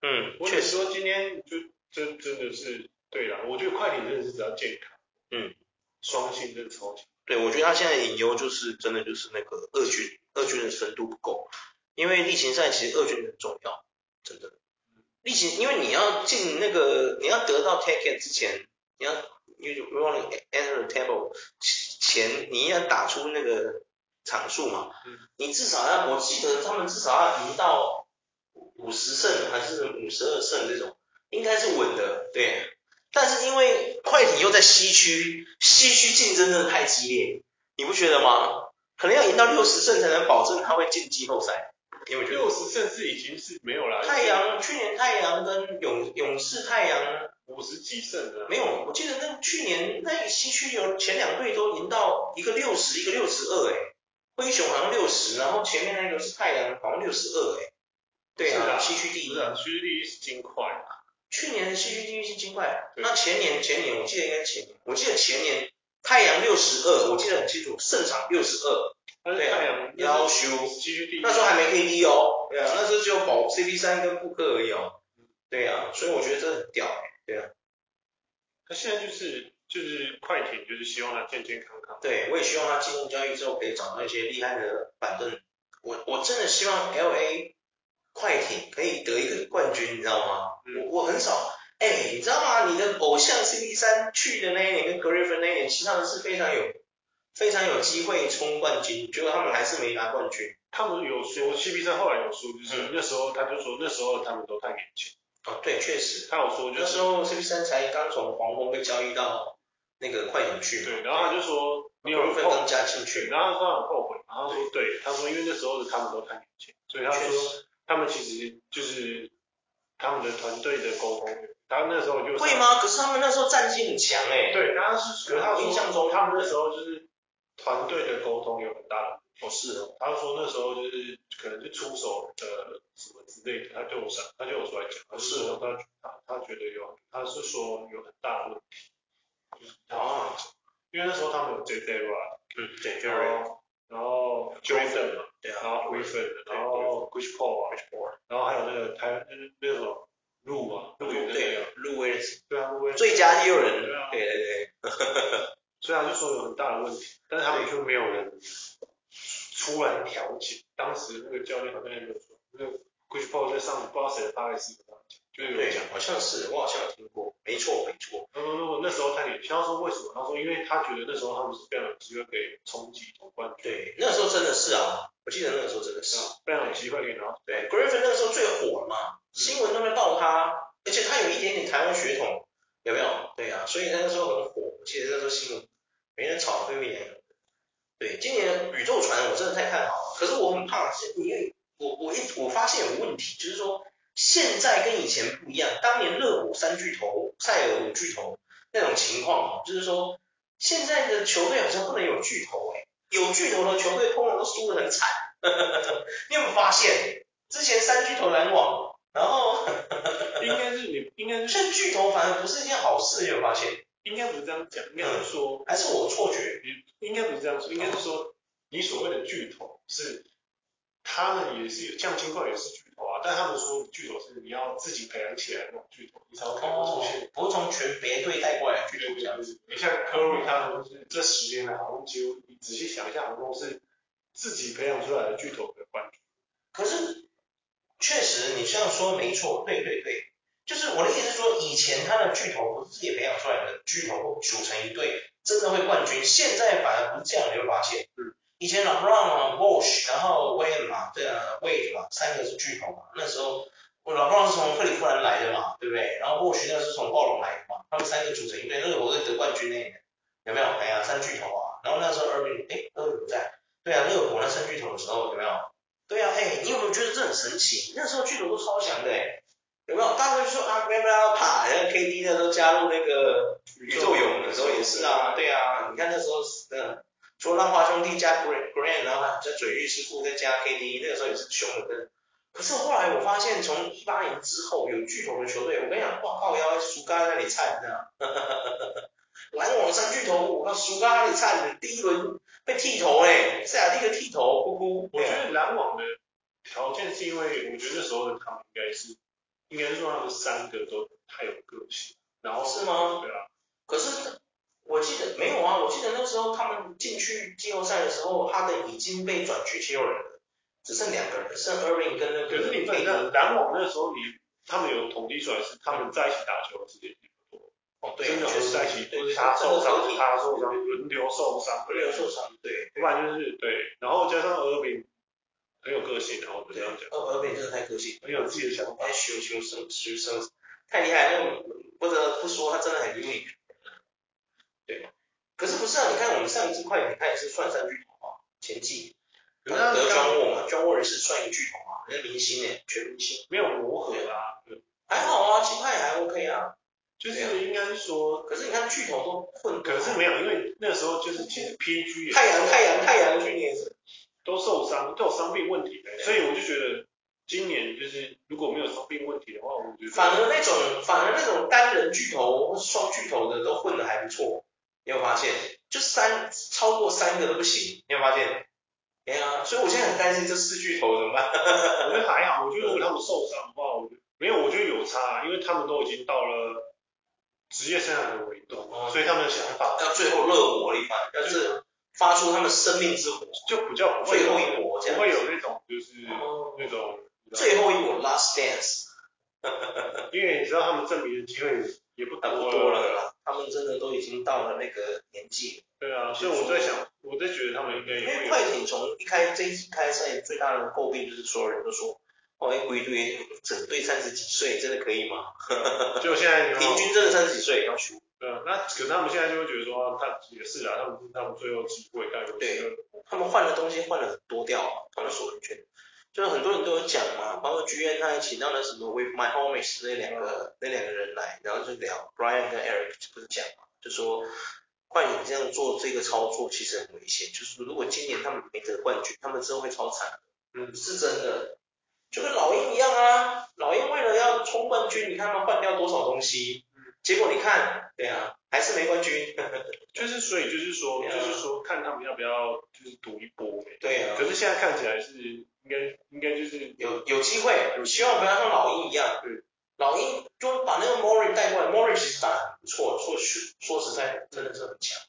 Speaker 2: 嗯，
Speaker 1: 我
Speaker 2: 确
Speaker 1: 只
Speaker 2: 实，
Speaker 1: 是说今天就真真的是对了，我觉得快艇真的是只要健康，
Speaker 2: 嗯，
Speaker 1: 双性真的超强，
Speaker 2: 对我觉得他现在的隐忧就是真的就是那个二军，二军的深度不够，因为例行赛其实二军很重要，真的。例行，因为你要进那个，你要得到 take it 之前，你要 you you want to enter the table 前，你要打出那个场数嘛。
Speaker 1: 嗯
Speaker 2: 你至少要，我记得他们至少要赢到五十胜还是五十二胜这种，应该是稳的，对。但是因为快艇又在西区，西区竞争真的太激烈，你不觉得吗？可能要赢到六十胜才能保证他会进季后赛，你有没有觉得？
Speaker 1: 六十甚至已经是没有了，
Speaker 2: 太阳去年太阳跟勇勇士太阳
Speaker 1: 五十几胜了，
Speaker 2: 没有，我记得那去年那西区有前两队都赢到一个六十，一个六十二，哎，灰熊好像六十，然后前面那个是太阳，好像六十二，哎，对
Speaker 1: 是
Speaker 2: 啊，
Speaker 1: 啊
Speaker 2: 西区第
Speaker 1: 不
Speaker 2: 一
Speaker 1: 是，啊，区第一是金块啊，
Speaker 2: 去年的西区第一是金块，
Speaker 1: 对
Speaker 2: 那前年前年我记得应该是前年，我记得前年太阳六十二，我记得很清楚，胜场六十二，
Speaker 1: 但是
Speaker 2: 对啊
Speaker 1: 太阳
Speaker 2: 要求
Speaker 1: 西区第一
Speaker 2: 那，时候还没 KD 哦，嗯对啊，那时候只有保 CP 三跟布克而已哦，对啊，所以我觉得这很屌，哎
Speaker 1: 他现在就是就是快艇，就是希望他健健康康，
Speaker 2: 对，我也希望他进入交易之后可以找到一些厉害的板凳。我我真的希望 L A 快艇可以得一个冠军，你知道吗？
Speaker 1: 嗯
Speaker 2: 我我很少，哎、你知道吗？你的偶像 C D 三去的那一年跟 Griffin 那一年，其他人是非常有非常有机会冲冠军，结果他们还是没拿冠军。
Speaker 1: 他们有说 CP 三后来有说，就是
Speaker 2: 嗯
Speaker 1: 那时候他就说那时候他们都太年轻，
Speaker 2: 哦，对，确实，
Speaker 1: 他有说就
Speaker 2: 那
Speaker 1: 是
Speaker 2: 时候 C D 三才刚从黄蜂被交易到那个快艇去嘛，
Speaker 1: 对，然后他就说你有
Speaker 2: Griffin
Speaker 1: 后
Speaker 2: 刚加进
Speaker 1: 对，
Speaker 2: 去，
Speaker 1: 然后他说很后悔，然后他说对，他说因为那时候的他们都太年轻，所以他
Speaker 2: 确
Speaker 1: 说
Speaker 2: 实
Speaker 1: 他们其实就是他们的团队的沟通，他那时候就
Speaker 2: 会？吗？可是他们那时候战绩很强哎、
Speaker 1: 对，他是可是他
Speaker 2: 我印象中
Speaker 1: 他们那时候就是团队的沟通有很大的，
Speaker 2: 哦是哦。
Speaker 1: 他说那时候就是可能是出手的什么之类的，他就有上他就有出来讲，他是说他他他觉得有，他是说有很大的问题，就是他
Speaker 2: 哦，
Speaker 1: 因为那时候他们有 JJ 吧，
Speaker 2: 嗯，对
Speaker 1: 然后然后 Jordan 嘛。
Speaker 2: 对啊
Speaker 1: 然后 g r i f 然后 Chris Paul 啊然后还有那个台湾就是那种鹿啊，鹿也那
Speaker 2: 对
Speaker 1: 个，，
Speaker 2: 入围的
Speaker 1: 对啊，鹿也
Speaker 2: 最佳丢人，
Speaker 1: 对啊
Speaker 2: 对对对，
Speaker 1: 虽然就说有很大的问题，但是他们就没有人出来调解。当时那个教练好像也没有说，那个 Chris Paul 在上不知道谁的大概是就有
Speaker 2: 对
Speaker 1: 讲，，
Speaker 2: 好像是，我好像有听过，没错没错，
Speaker 1: 他说如果那时候他也，他说为什么？他说因为他觉得那时候他们是非常有机会可以冲击总冠军，
Speaker 2: 对，那时候真的是啊，我记得那个时候真的是，啊
Speaker 1: 非常有机会可以拿到。
Speaker 2: 对，Griffin 那个时候最火嘛，新闻都在报他，而且他有一点点台湾血统，有没有？对啊，所以那个时候很火，我记得那时候新闻没人炒飞面。对，今年宇宙船我真的太看好了，可是我很怕是因为我我一我发现有个问题，就是说现在跟以前不一样，当年热火三巨头、塞尔五巨头那种情况哦，就是说现在的球队好像不能有巨头哎、有巨头的球队通常都输得很惨， 你有没有发现？之前三巨头篮网，然后
Speaker 1: 应该是你，应该是
Speaker 2: 现在巨头反而不是一件好事，你有没有发现？
Speaker 1: 应该不是这样讲，应该是说，
Speaker 2: 还是我错觉？
Speaker 1: 应该不是这样说，应该是说，你所谓的巨头是，他们也是像金块也是巨头啊，但他们说巨头是你要自己培养起来的那种巨头，你才有可能出现。，
Speaker 2: 不是从全别队带过来的巨头这样子。
Speaker 1: 你像 Curry 他们就是这十年来好像几乎，你仔细想一下，好像都是自己培养出来的巨头的冠军。
Speaker 2: 可是确实你这样说没错，对对对，就是我的意思是说，以前他的巨头不是自己培养出来的巨头组成一队，真的会冠军，现在反而不是这样，你会发现，
Speaker 1: 嗯，
Speaker 2: 以前 LeBron 啊、Walsh，然后 Wade 嘛，对啊，Wade 嘛，三个是巨头嘛，那时候。我 LeBron 是从克利夫兰来的嘛，对不对？然后 Walsh 那个是从暴龙来的嘛，他们三个组成一队，那个我是得冠军那年，有没有？哎呀，三巨头啊。然后那时候 Irving，哎，Irving 不在，对啊，热火那三巨头的时候有没有？对啊，哎、你有没有觉得这很神奇？那时候巨头都超强的、哎，有没有？大家就说啊，没有没有怕，然后 KD 呢都加入那个宇宙泳的时候也是啊，对啊，你看那时候是，嗯，除了浪花兄弟加 Grant Grant，然后还加嘴玉师傅，再加 KD，那个时候也是凶的跟。可是后来我发现，从一八年之后有巨头的球队，我跟你讲，哇靠，要苏嘎在那里菜，你知道吗？ 篮网三巨头，我靠，苏嘎那里菜，第一轮被剃头哎、塞尔蒂克剃头，哭哭。
Speaker 1: 我觉得篮网的条件是因为，我觉得那时候的他们应该是，应该是说他们三个都太有个性，然后
Speaker 2: 是吗？
Speaker 1: 对啊，
Speaker 2: 可是我记得没有啊，我记得那时候他们进去季后赛的时候，哈登已经被转去七六人了，只剩两个人，剩 Irving 跟那个。
Speaker 1: 可是你不能看篮网那时候你，他们有统计出来是他们在一起打球的时间也不多，
Speaker 2: 哦，对，
Speaker 1: 真的
Speaker 2: 确
Speaker 1: 啊是
Speaker 2: 实
Speaker 1: 在一起，
Speaker 2: 对
Speaker 1: 不是他受伤，
Speaker 2: 对
Speaker 1: 是他受伤，轮流受伤，
Speaker 2: 没有受伤，对。
Speaker 1: 不然就是对，然后加上俄饼很有个性，然后我就这样讲，
Speaker 2: 二 Irving 真的太可惜，
Speaker 1: 很有自己的想法
Speaker 2: 哎，，熊熊生熊生太厉害，那种不得不说他真的很 unique。对，可是不是啊？你看我们上一次快艇，他也是算三巨头啊，前季。
Speaker 1: 可
Speaker 2: 德
Speaker 1: 是他们
Speaker 2: 庄沃嘛，庄沃也是算一巨头啊，那明星哎，全明星。
Speaker 1: 没有磨合啦，对
Speaker 2: 还好啊，其他也还 OK 啊。
Speaker 1: 就是应该是说，
Speaker 2: 可是你看巨头都混
Speaker 1: 可是没有，因为那时候就是其实 PG 也
Speaker 2: 太阳太阳太阳去年是
Speaker 1: 都受伤，都有伤病问题的，
Speaker 2: 对
Speaker 1: 所以我就觉得今年就是如果没有伤病问题的话，我觉得
Speaker 2: 反而那种反而那种单人巨头或双巨头的都混得还不错，你有发现？就三超过三个都不行，你有发现？哎呀，所以我现在很担心这四巨头怎么办？
Speaker 1: 我觉得还好，我觉得如果他们受伤的话，我觉得没有，我觉得有差，因为他们都已经到了职业生涯的维度，
Speaker 2: 嗯
Speaker 1: 所以他们的想法
Speaker 2: 要最后热火了一番，要是发出他们生命之火，
Speaker 1: 就比较不会
Speaker 2: 最
Speaker 1: 有
Speaker 2: 后一搏这样
Speaker 1: 不会。有那种就是
Speaker 2: 哦
Speaker 1: 那种，你知
Speaker 2: 最后一搏，last dance，
Speaker 1: 道因为你知道他们证明的机会也不
Speaker 2: 差不
Speaker 1: 多
Speaker 2: 多了啦，他们真的都已经到了那个年纪了。
Speaker 1: 对啊，所以我在想，我在觉得他们应该也
Speaker 2: 因为
Speaker 1: 会
Speaker 2: 快
Speaker 1: 有，
Speaker 2: 艇从一开这一季开赛最大的诟病就是所有人都说，哦，一归队整队三十几岁，真的可以吗？
Speaker 1: 就现在你
Speaker 2: 平
Speaker 1: 看，
Speaker 2: 均真的三十几岁要输，
Speaker 1: 对啊，那可是他们现在就会觉得说，啊他也是啊，他们他们最后机会，但有
Speaker 2: 对
Speaker 1: 这个
Speaker 2: 他们换的东西换了很多掉啊，换了所有人圈，就是很多人都有讲嘛，包括剧院他还请到了什么 With My Homies 那两个那两个人来，然后就聊 Brian 跟 Eric 不是讲嘛，就说快艇这样做这个操作其实很危险，就是如果今年他们没得冠军，他们真的会超惨。
Speaker 1: 嗯，
Speaker 2: 是真的，就跟老鹰一样啊。老鹰为了要冲冠军，你看他们换掉多少东西，结果你看，对啊，还是没冠军。
Speaker 1: 就是所以就是说
Speaker 2: 对啊
Speaker 1: 就是说看他们要不要就是赌一波呗。
Speaker 2: 对啊
Speaker 1: 可，是现在看起来是应该应该就是
Speaker 2: 有有机会，希望不要像老鹰一样
Speaker 1: 嗯。
Speaker 2: 老鹰就把那个 Mori 带过来，Mori 其实打得很不错，说实说实在，真的是很强。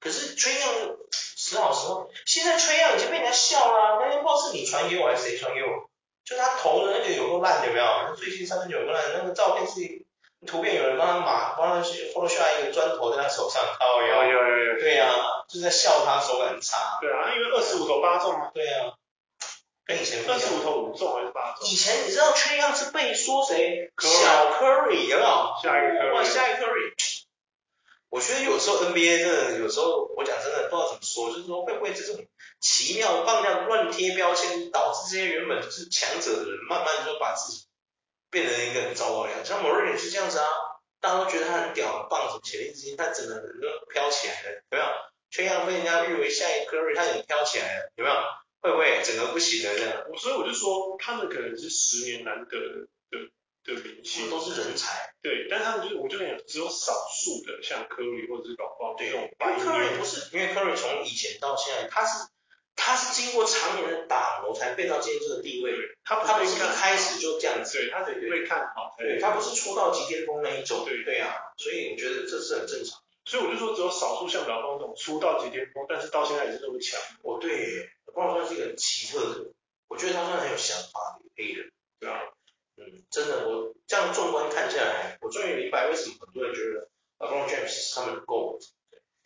Speaker 2: 可是崔样时好时坏，现在崔样已经被人家笑啦、那天不知道是你传给我还是谁传给我，就他投的那个有多烂，有没有？最近三分球有多烂，那个照片是图片有人帮他码，帮他去 Photoshop 一个砖头在他手上，靠
Speaker 1: 有
Speaker 2: 腰。
Speaker 1: 有有
Speaker 2: 对啊呀、就是在笑他手感差。
Speaker 1: 对啊，因为二十五投八中啊，
Speaker 2: 对呀、跟以前不一
Speaker 1: 二
Speaker 2: 样
Speaker 1: 十五投五中还是八中？
Speaker 2: 以前你知道 Trey Young 是被说谁
Speaker 1: Curry
Speaker 2: 小 Curry 有没有？
Speaker 1: 下一个
Speaker 2: 哇，
Speaker 1: Curry
Speaker 2: 下一个 Curry。我觉得有时候 NBA 真的，有时候我讲真的不知道怎么说，就是说会不会这种奇妙放量乱贴标签，导致这些原本就是强者的人，慢慢就把自己变成一个很糟糕的样子。像某人也是这样子啊，大家都觉得他很屌、很棒，什么潜力之星，他整个人都飘起来了，有没有？全阳被人家誉为下一个 Curry，他也飘起来了，有没有？
Speaker 1: 啊
Speaker 2: 会不会整个不行了这样？
Speaker 1: 我所以我就说，他们可能是十年难得的的明星，
Speaker 2: 都是人才。
Speaker 1: 对，但是他们就是我就想只有少数的，像科里或者是搞不好这
Speaker 2: 对，
Speaker 1: 种
Speaker 2: 因
Speaker 1: 白
Speaker 2: 为科瑞
Speaker 1: 人
Speaker 2: 不是，因为科瑞从以前到现在，他是他是经过长年的打磨才变到今天这个地位的，
Speaker 1: 他
Speaker 2: 他
Speaker 1: 不
Speaker 2: 不
Speaker 1: 是
Speaker 2: 是
Speaker 1: 被
Speaker 2: 一
Speaker 1: 看，
Speaker 2: 开始就这样子，
Speaker 1: 对，他得被看好才
Speaker 2: 对他不是出道即巅峰那一种，
Speaker 1: 对
Speaker 2: 对啊，所以我觉得这是很正常。
Speaker 1: 所以我就说，只有少数像老方这种出道即巅峰，但是到现在也是那么强。
Speaker 2: 我哦对光头算是一个很奇特的，我觉得他算很有想法的黑人，
Speaker 1: 对啊，
Speaker 2: 嗯，真的，我这样纵观看下来，我终于明白为什么很多人觉得 LeBron James 是他们的 GOAT，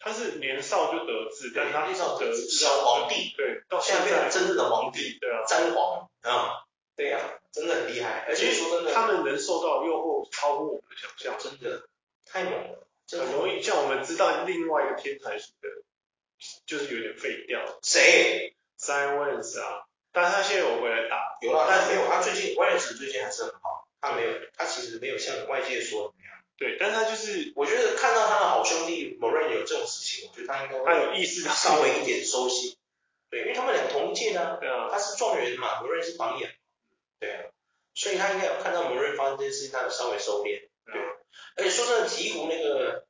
Speaker 1: 他是年少就得志，但他
Speaker 2: 那种
Speaker 1: 得志
Speaker 2: 小皇帝，
Speaker 1: 对，到
Speaker 2: 现
Speaker 1: 现
Speaker 2: 在变成
Speaker 1: 在
Speaker 2: 真正的皇帝，
Speaker 1: 对啊，
Speaker 2: 詹皇啊，对啊，真的很厉害，而且说真的，
Speaker 1: 他们能受到的诱惑超乎我们的想象，
Speaker 2: 真的太猛了，真的
Speaker 1: 很容易像我们知道另外一个天才型的，就是有点废掉
Speaker 2: 谁
Speaker 1: s i w e n s 啊，但是他现在有回来打，
Speaker 2: 有了，但是没有他最近 w i l l i 最近还是很好，他没有，他其实没有像外界说的那样。
Speaker 1: 对，但是他就是
Speaker 2: 我觉得看到他的好兄弟 m o r a n 有这种事情，我觉得他应该
Speaker 1: 他
Speaker 2: 会
Speaker 1: 有意识到，
Speaker 2: 稍微一点收心。对，因为他们俩同一届的、啊，
Speaker 1: 对啊，
Speaker 2: 他是状元嘛 m o r a n 是榜眼，对啊，所以他应该有看到 m o r a n 发生这件事情，他有稍微收敛。
Speaker 1: 对啊
Speaker 2: 而且说真的，鹈鹕那个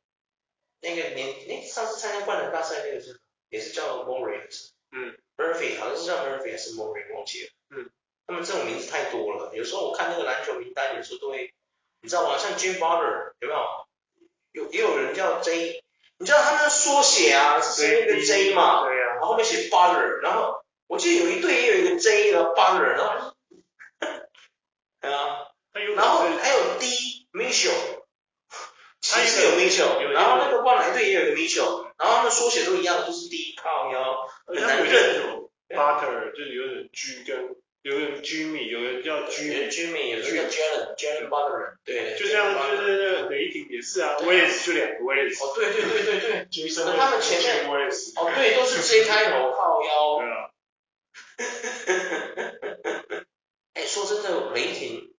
Speaker 2: 那个年，那上次参加灌篮大赛那个是也是叫 Murray，
Speaker 1: 嗯
Speaker 2: ，Murphy 好像是叫 Murphy 还是 Murray 忘记了，
Speaker 1: 嗯，
Speaker 2: 他们这种名字太多了，有时候我看那个篮球名单，有时候都会，你知道吗？像 Jim Butler 有没有？有也有人叫 J，你知道他那个缩写啊，是那个 J 嘛，
Speaker 1: 对啊，
Speaker 2: 然后后面写 Butler，然后我记得有一队也有一个 J 的 Butler，然后，对啊。
Speaker 1: 他有可
Speaker 2: 然后
Speaker 1: 能是
Speaker 2: 还有 D Mitchell，骑
Speaker 1: 他有
Speaker 2: 士有 Mitchell，
Speaker 1: 有
Speaker 2: 然后那个灌篮队也有一个 Mitchell，然后他们缩写都一样，都是 D 靠腰，很难
Speaker 1: 他有
Speaker 2: 认
Speaker 1: 点有
Speaker 2: 啊
Speaker 1: Butter，就是有点 G 跟有点 Jimmy，有人叫
Speaker 2: 有
Speaker 1: Jimmy。
Speaker 2: 的 Jimmy，有的叫 Jalen Jalen Butler，对，
Speaker 1: 就像
Speaker 2: Jalen
Speaker 1: 就
Speaker 2: Butler
Speaker 1: 是那个雷霆也是啊
Speaker 2: 对啊
Speaker 1: ，Wallace 就两个 Wallace，
Speaker 2: 哦，对对对对对，
Speaker 1: 杰森
Speaker 2: 可他们前面
Speaker 1: Wallace，
Speaker 2: 哦对，都是 J 开头靠腰。
Speaker 1: 对啊，
Speaker 2: 哎，说真的，雷霆，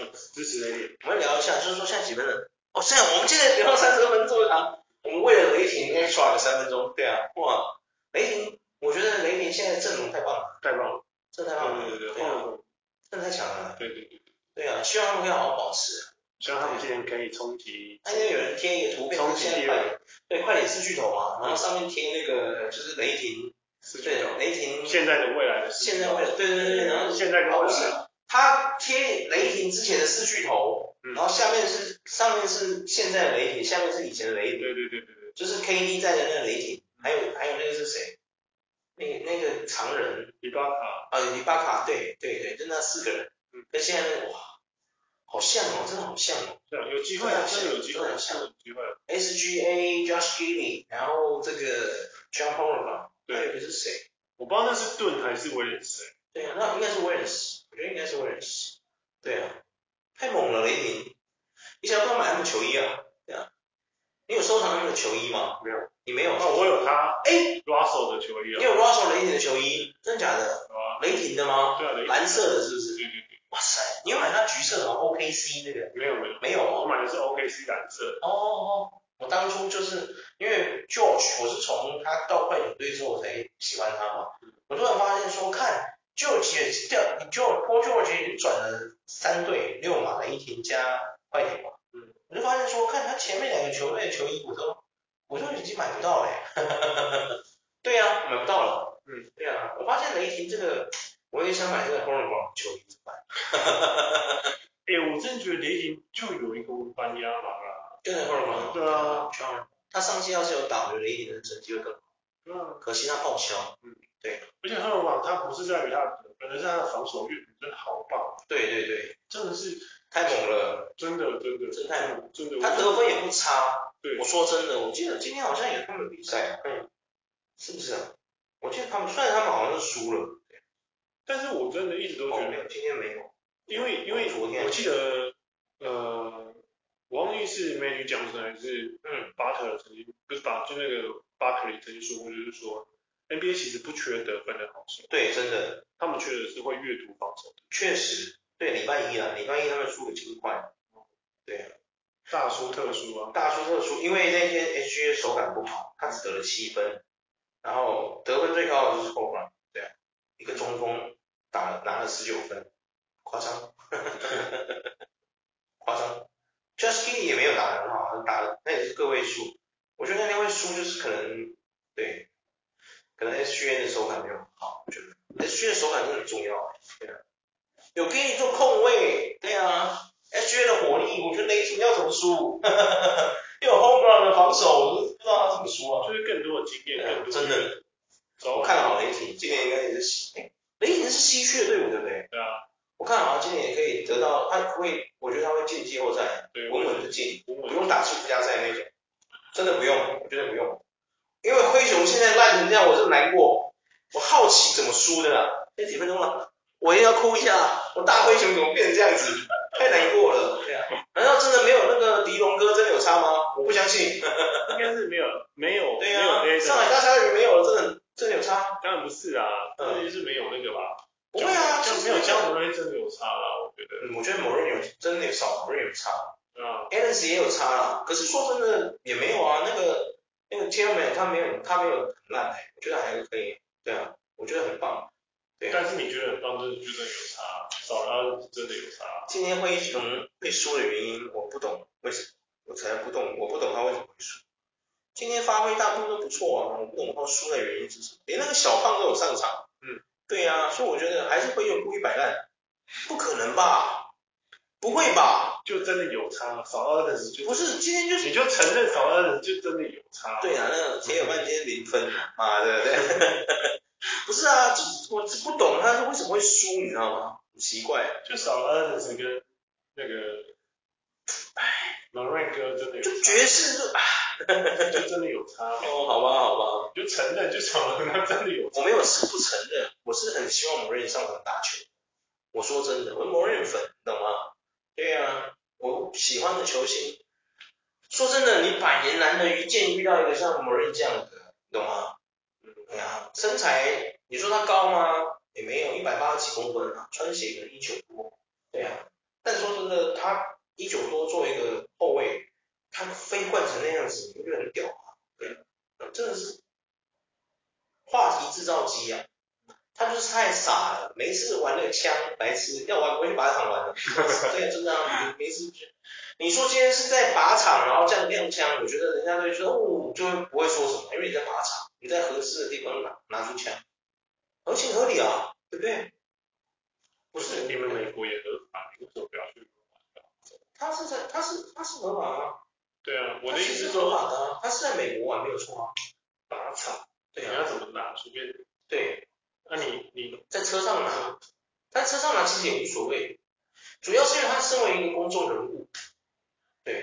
Speaker 1: 嗯支持雷霆，
Speaker 2: 我们聊一下，就是说现在几分了？哦，现在我们现在聊到三十分钟啊，我们为了雷霆应该刷个三分钟，对啊，哇，雷霆，我觉得雷霆现在阵容太棒了，
Speaker 1: 太棒了，
Speaker 2: 真的太棒了，
Speaker 1: 对对对对，
Speaker 2: 啊
Speaker 1: 哦
Speaker 2: 真的太强了。
Speaker 1: 对对对，
Speaker 2: 对啊，希望他们可以好好保持。
Speaker 1: 希望他们今年可以冲击，
Speaker 2: 那因为有人贴一个图片，
Speaker 1: 冲
Speaker 2: 就
Speaker 1: 击
Speaker 2: 是现在快
Speaker 1: 力
Speaker 2: 点，对，快点四巨头嘛，然后上面贴那个呃就是雷霆，
Speaker 1: 是这
Speaker 2: 对，
Speaker 1: 种
Speaker 2: 雷霆
Speaker 1: 现在的未来的
Speaker 2: 现在为了，对对对，然后
Speaker 1: 现在跟
Speaker 2: 哦
Speaker 1: 未
Speaker 2: 不是
Speaker 1: 来，
Speaker 2: 他贴雷霆之前的四巨头，
Speaker 1: 嗯
Speaker 2: 然后下面是上面是现在的雷霆，下面是以前的雷霆，
Speaker 1: 对对对对对，
Speaker 2: 就是 KD 在的那个雷霆，还有还有那个是谁？那个那个常人，
Speaker 1: 伊巴卡，
Speaker 2: 啊，里巴卡，对对对，就那四个人
Speaker 1: 嗯，
Speaker 2: 跟现在那个哇，好像哦，真的好像哦。
Speaker 1: 对啊，有机会啊，真的有机会啊，
Speaker 2: 对
Speaker 1: 真的有机会啊，
Speaker 2: SGA、Josh Giddey，然后这个 John p o l o 吧，还有
Speaker 1: 对，
Speaker 2: 一个是谁？
Speaker 1: 我不知道那是盾还是威廉斯，
Speaker 2: 对啊，那应该是 Williams，我觉得应该是 Williams。对啊，太猛了雷霆，你想不想买他们球衣啊？对啊，你有收藏他们的球衣吗？
Speaker 1: 没有，
Speaker 2: 你没有？
Speaker 1: 哦，我有他
Speaker 2: 哎，
Speaker 1: Russell 的球衣
Speaker 2: 你
Speaker 1: 啊，
Speaker 2: 有 Russell 雷霆的球衣，真的假的？
Speaker 1: 对啊，
Speaker 2: 雷霆的吗？
Speaker 1: 对啊，雷霆
Speaker 2: 蓝色的是不是？
Speaker 1: 对对对，
Speaker 2: 哇塞，你有买他橘色的吗？OKC 那个
Speaker 1: 没有没有，
Speaker 2: 没有哦
Speaker 1: 我。买的是 OKC 蓝色的，
Speaker 2: 哦哦哦，我当初就是因为 George，我是从他到快艇队之后我才喜欢他嘛。我突然发现说，看 George 也是掉，George Paul George 已经转了三队，六马、雷霆加快艇嘛。
Speaker 1: 嗯，
Speaker 2: 我就发现说，看他前面两个球队的球衣我都我都已经买不到嘞、 对呀、买不到了。
Speaker 1: 嗯，
Speaker 2: 对呀、我发现雷霆这个，我也想买这个 h o r n b o 球衣怎么办？
Speaker 1: 哎，我真的觉得雷霆就有一个温班亚马啦，
Speaker 2: 就是 h o r n b o
Speaker 1: 对啊，
Speaker 2: 他上季要是有打，我觉得雷霆的成绩会更好。
Speaker 1: 嗯。
Speaker 2: 可惜他报销。
Speaker 1: 而且他的网，他不是在于他的得分，而是他的防守运真的好棒，
Speaker 2: 对对对，
Speaker 1: 真的是
Speaker 2: 太猛了，
Speaker 1: 真的真的
Speaker 2: 真的太猛
Speaker 1: 真的，
Speaker 2: 他得分也不差。
Speaker 1: 对
Speaker 2: 我说真的，我记得今天好像有他们的比赛，
Speaker 1: 嗯，
Speaker 2: 是不是啊？我记得他们，虽然他们好像是输了，
Speaker 1: 但是我真的一直都
Speaker 2: 哦，
Speaker 1: 觉
Speaker 2: 没
Speaker 1: 得，
Speaker 2: 有，今天没有。
Speaker 1: 因为因为
Speaker 2: 哦昨天
Speaker 1: 我记得呃，我忘记是 Magic Johnson 还是
Speaker 2: 嗯，
Speaker 1: 巴特曾经不是巴就那个巴特里曾经说过，就是说 NBA 其实不缺得分的好手，
Speaker 2: 对，真的，
Speaker 1: 他们缺的是会阅读防守的。
Speaker 2: 确实，对，礼拜一啊，礼拜一他们输给金块，对啊，
Speaker 1: 大输特输啊，
Speaker 2: 大输特输，因为那天 H G 手感不好，他只得了七分，然后得分最高的就是 c o r a 对啊，一 个中锋打了拿了十九分，夸张。啊有给你做空位，对啊，SGA 的火力，我觉得雷霆要怎么输？ 又有 Home Run 的防守，我都不知道他怎么输啊。
Speaker 1: 就是更多的经验，
Speaker 2: 对啊
Speaker 1: 更多
Speaker 2: 真的，
Speaker 1: 走
Speaker 2: 我看好雷霆，今年应该也是西，哎雷霆是西区的队伍，对不对？
Speaker 1: 对啊，
Speaker 2: 我看好他今年也可以得到，他会，我觉得他会进季后赛，
Speaker 1: 对，
Speaker 2: 稳
Speaker 1: 我
Speaker 2: 稳
Speaker 1: 们
Speaker 2: 的进，
Speaker 1: 我
Speaker 2: 不
Speaker 1: 们
Speaker 2: 用打季附加赛那种，真的不用，我觉得不用，因为灰熊现在烂成这样，我真的难过，我好奇怎么输的啦，这几分钟了，我一定要哭一下，我大灰熊怎么变成这样子，太难过了，对啊，难道真的没有那个狄龙哥真的有差吗？我不相信，
Speaker 1: 应该是没有没有没
Speaker 2: 对
Speaker 1: 有
Speaker 2: 啊
Speaker 1: A，的，
Speaker 2: 上海大鲨鱼没有了，真的真的有差。
Speaker 1: 当然不是啊，
Speaker 2: 嗯
Speaker 1: 这就是没有那个吧，
Speaker 2: 不会啊，
Speaker 1: 就
Speaker 2: 就
Speaker 1: 没有江湖人真的有差啦，我觉得，
Speaker 2: 嗯，我觉得某人有真的有少，某人有差
Speaker 1: 对啊，
Speaker 2: ，Allen 也有差啦。可是说真的也没有啊，那个那个 Tillman 他没有他没有很烂、欸，我觉得还可以。对啊，我觉得很棒。对啊，
Speaker 1: 但是你觉得很棒，就是就真的有差，少了他真的有差，
Speaker 2: 今天灰熊会输的原因我不懂，为什么？我才不懂，我不懂他为什么会输。今天发挥大部分都不错啊，我不懂他输的原因是什么。连那个小胖都有上场，
Speaker 1: 嗯，
Speaker 2: 对啊，所以我觉得还是会有故意摆烂，不可能吧？不会吧？
Speaker 1: 就真的有差，少了二十就
Speaker 2: 不是，今天就是
Speaker 1: 你就承认少了二十就真的有差，
Speaker 2: 对啊，那个铁友半天零分，妈的，对不对？不是啊，这我这不懂他是为什么会输，你知道吗？很奇怪，
Speaker 1: 就少了二十跟那个，唉，老瑞哥真的有
Speaker 2: 就爵士就啊，
Speaker 1: 差， 就真的有差嘛，
Speaker 2: 哦，好吧，好吧，
Speaker 1: 你就承认就少了他真的有差，
Speaker 2: 我没有是不承认，我是很希望某人上场打球。我说真的，我是某人粉，你懂吗？对啊，我喜欢的球星。说真的，你百年难得一见遇到一个像某人这样的，你懂吗？对啊，身材你说他高吗？也没有，一百八十几公分啊，穿鞋可能一九多。对啊，但说真的，他一九多做一个后卫，他非换成那样子，你不觉得很屌吗？对啊，真的是话题制造机啊！他就是太傻了，没事玩那个枪，白痴，要玩我去靶场玩了。对，真的啊，没事。你说今天是在靶场，然后这样亮枪，我觉得人家就会说哦，就会不会说什么，因为你在靶场，你在合适的地方拿拿出枪，合情合理啊，对不对？不是
Speaker 1: 你们美国也合法，你为什么不要去？
Speaker 2: 他是在他是他是合法啊，
Speaker 1: 对啊，我
Speaker 2: 他
Speaker 1: 的意
Speaker 2: 其
Speaker 1: 思
Speaker 2: 实
Speaker 1: 是
Speaker 2: 是合
Speaker 1: 说
Speaker 2: 法的啊，他是在美国玩没有错啊，
Speaker 1: 打场，
Speaker 2: 对
Speaker 1: 你
Speaker 2: 啊，
Speaker 1: 要怎么打随便，
Speaker 2: 对，
Speaker 1: 那你你
Speaker 2: 在车上拿，但车上拿其实也无所谓，主要是因为他身为一个公众人物，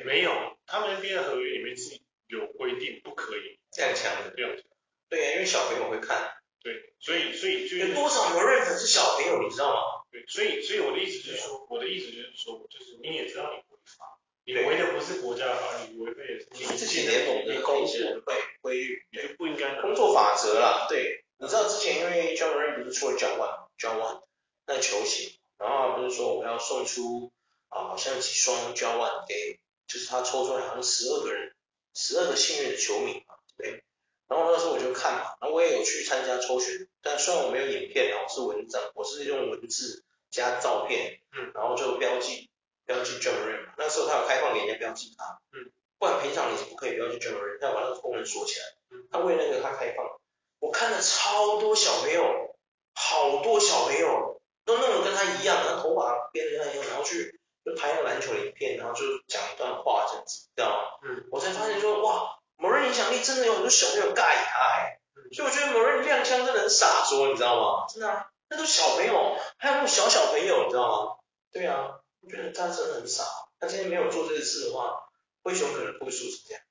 Speaker 1: 没有，他们 NBA 的合约里面是有规定不可以
Speaker 2: 亮枪的，
Speaker 1: 这样子，
Speaker 2: 对啊，因为小朋友会看，
Speaker 1: 对，所以所以就是
Speaker 2: 有多少牛润粉是小朋友，你知道吗？
Speaker 1: 对，所以所以我的意思就是说，我的意思就是说，就是你也知道你违法，你违的不是国家的法律，你违背的是你
Speaker 2: 自己联盟
Speaker 1: 你
Speaker 2: 的
Speaker 1: 公
Speaker 2: 公
Speaker 1: 司
Speaker 2: 司
Speaker 1: 的
Speaker 2: 会规律。
Speaker 1: 你就不应该拿。
Speaker 2: 工作法则啦，对，你知道之前因为 John Moran 不是出了 John One John One 那球鞋，然后他不是说我要送出啊，好像几双 John One 给，就是他抽出来好像十二个人，十二个幸运的球迷嘛，对。然后那时候我就看嘛，然后我也有去参加抽选，但虽然我没有影片啊，我是文章，我是用文字加照片，
Speaker 1: 嗯，
Speaker 2: 然后就标记标记 John Moran 嘛，那时候他有开放给人家标记他，
Speaker 1: 嗯，
Speaker 2: 不然平常你是不可以标记 John Moran，他把那个功能锁起来。他为那个他开放，我看了超多小朋友，好多小朋友都弄得跟他一样，然后头发编得跟他一样，然后去就拍那个篮球的影片，然后就讲一段话这样子，你知道吗？
Speaker 1: 嗯，
Speaker 2: 我才发现说哇，某人影响力真的有很多小朋友盖他哎
Speaker 1: 嗯，
Speaker 2: 所以我觉得某人亮相真的很傻说，你知道吗？真的啊，那都是小朋友，还有那种小小朋友，你知道吗？对啊，我觉得他真的很傻，他今天没有做这个事的话，灰熊可能不会输成这样。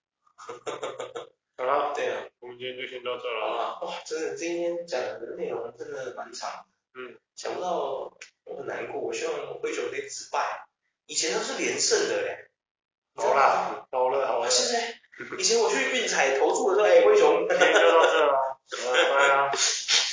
Speaker 1: 好了，
Speaker 2: 对啊。
Speaker 1: 我们今天就先到这了啊。
Speaker 2: 啊，哇，真的今天讲的内容真的蛮长的，
Speaker 1: 嗯，
Speaker 2: 想不到我很难过，我希望灰熊可以止败，以前都是连胜的嘞，哎
Speaker 1: 啊